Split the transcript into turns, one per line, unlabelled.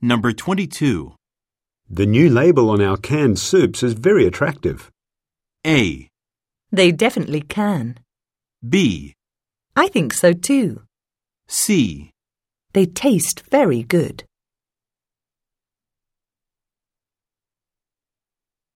Number 22.
The new label on our canned soups is very attractive.
A.
They definitely can.
B.
I think so too.
C.
They taste very good.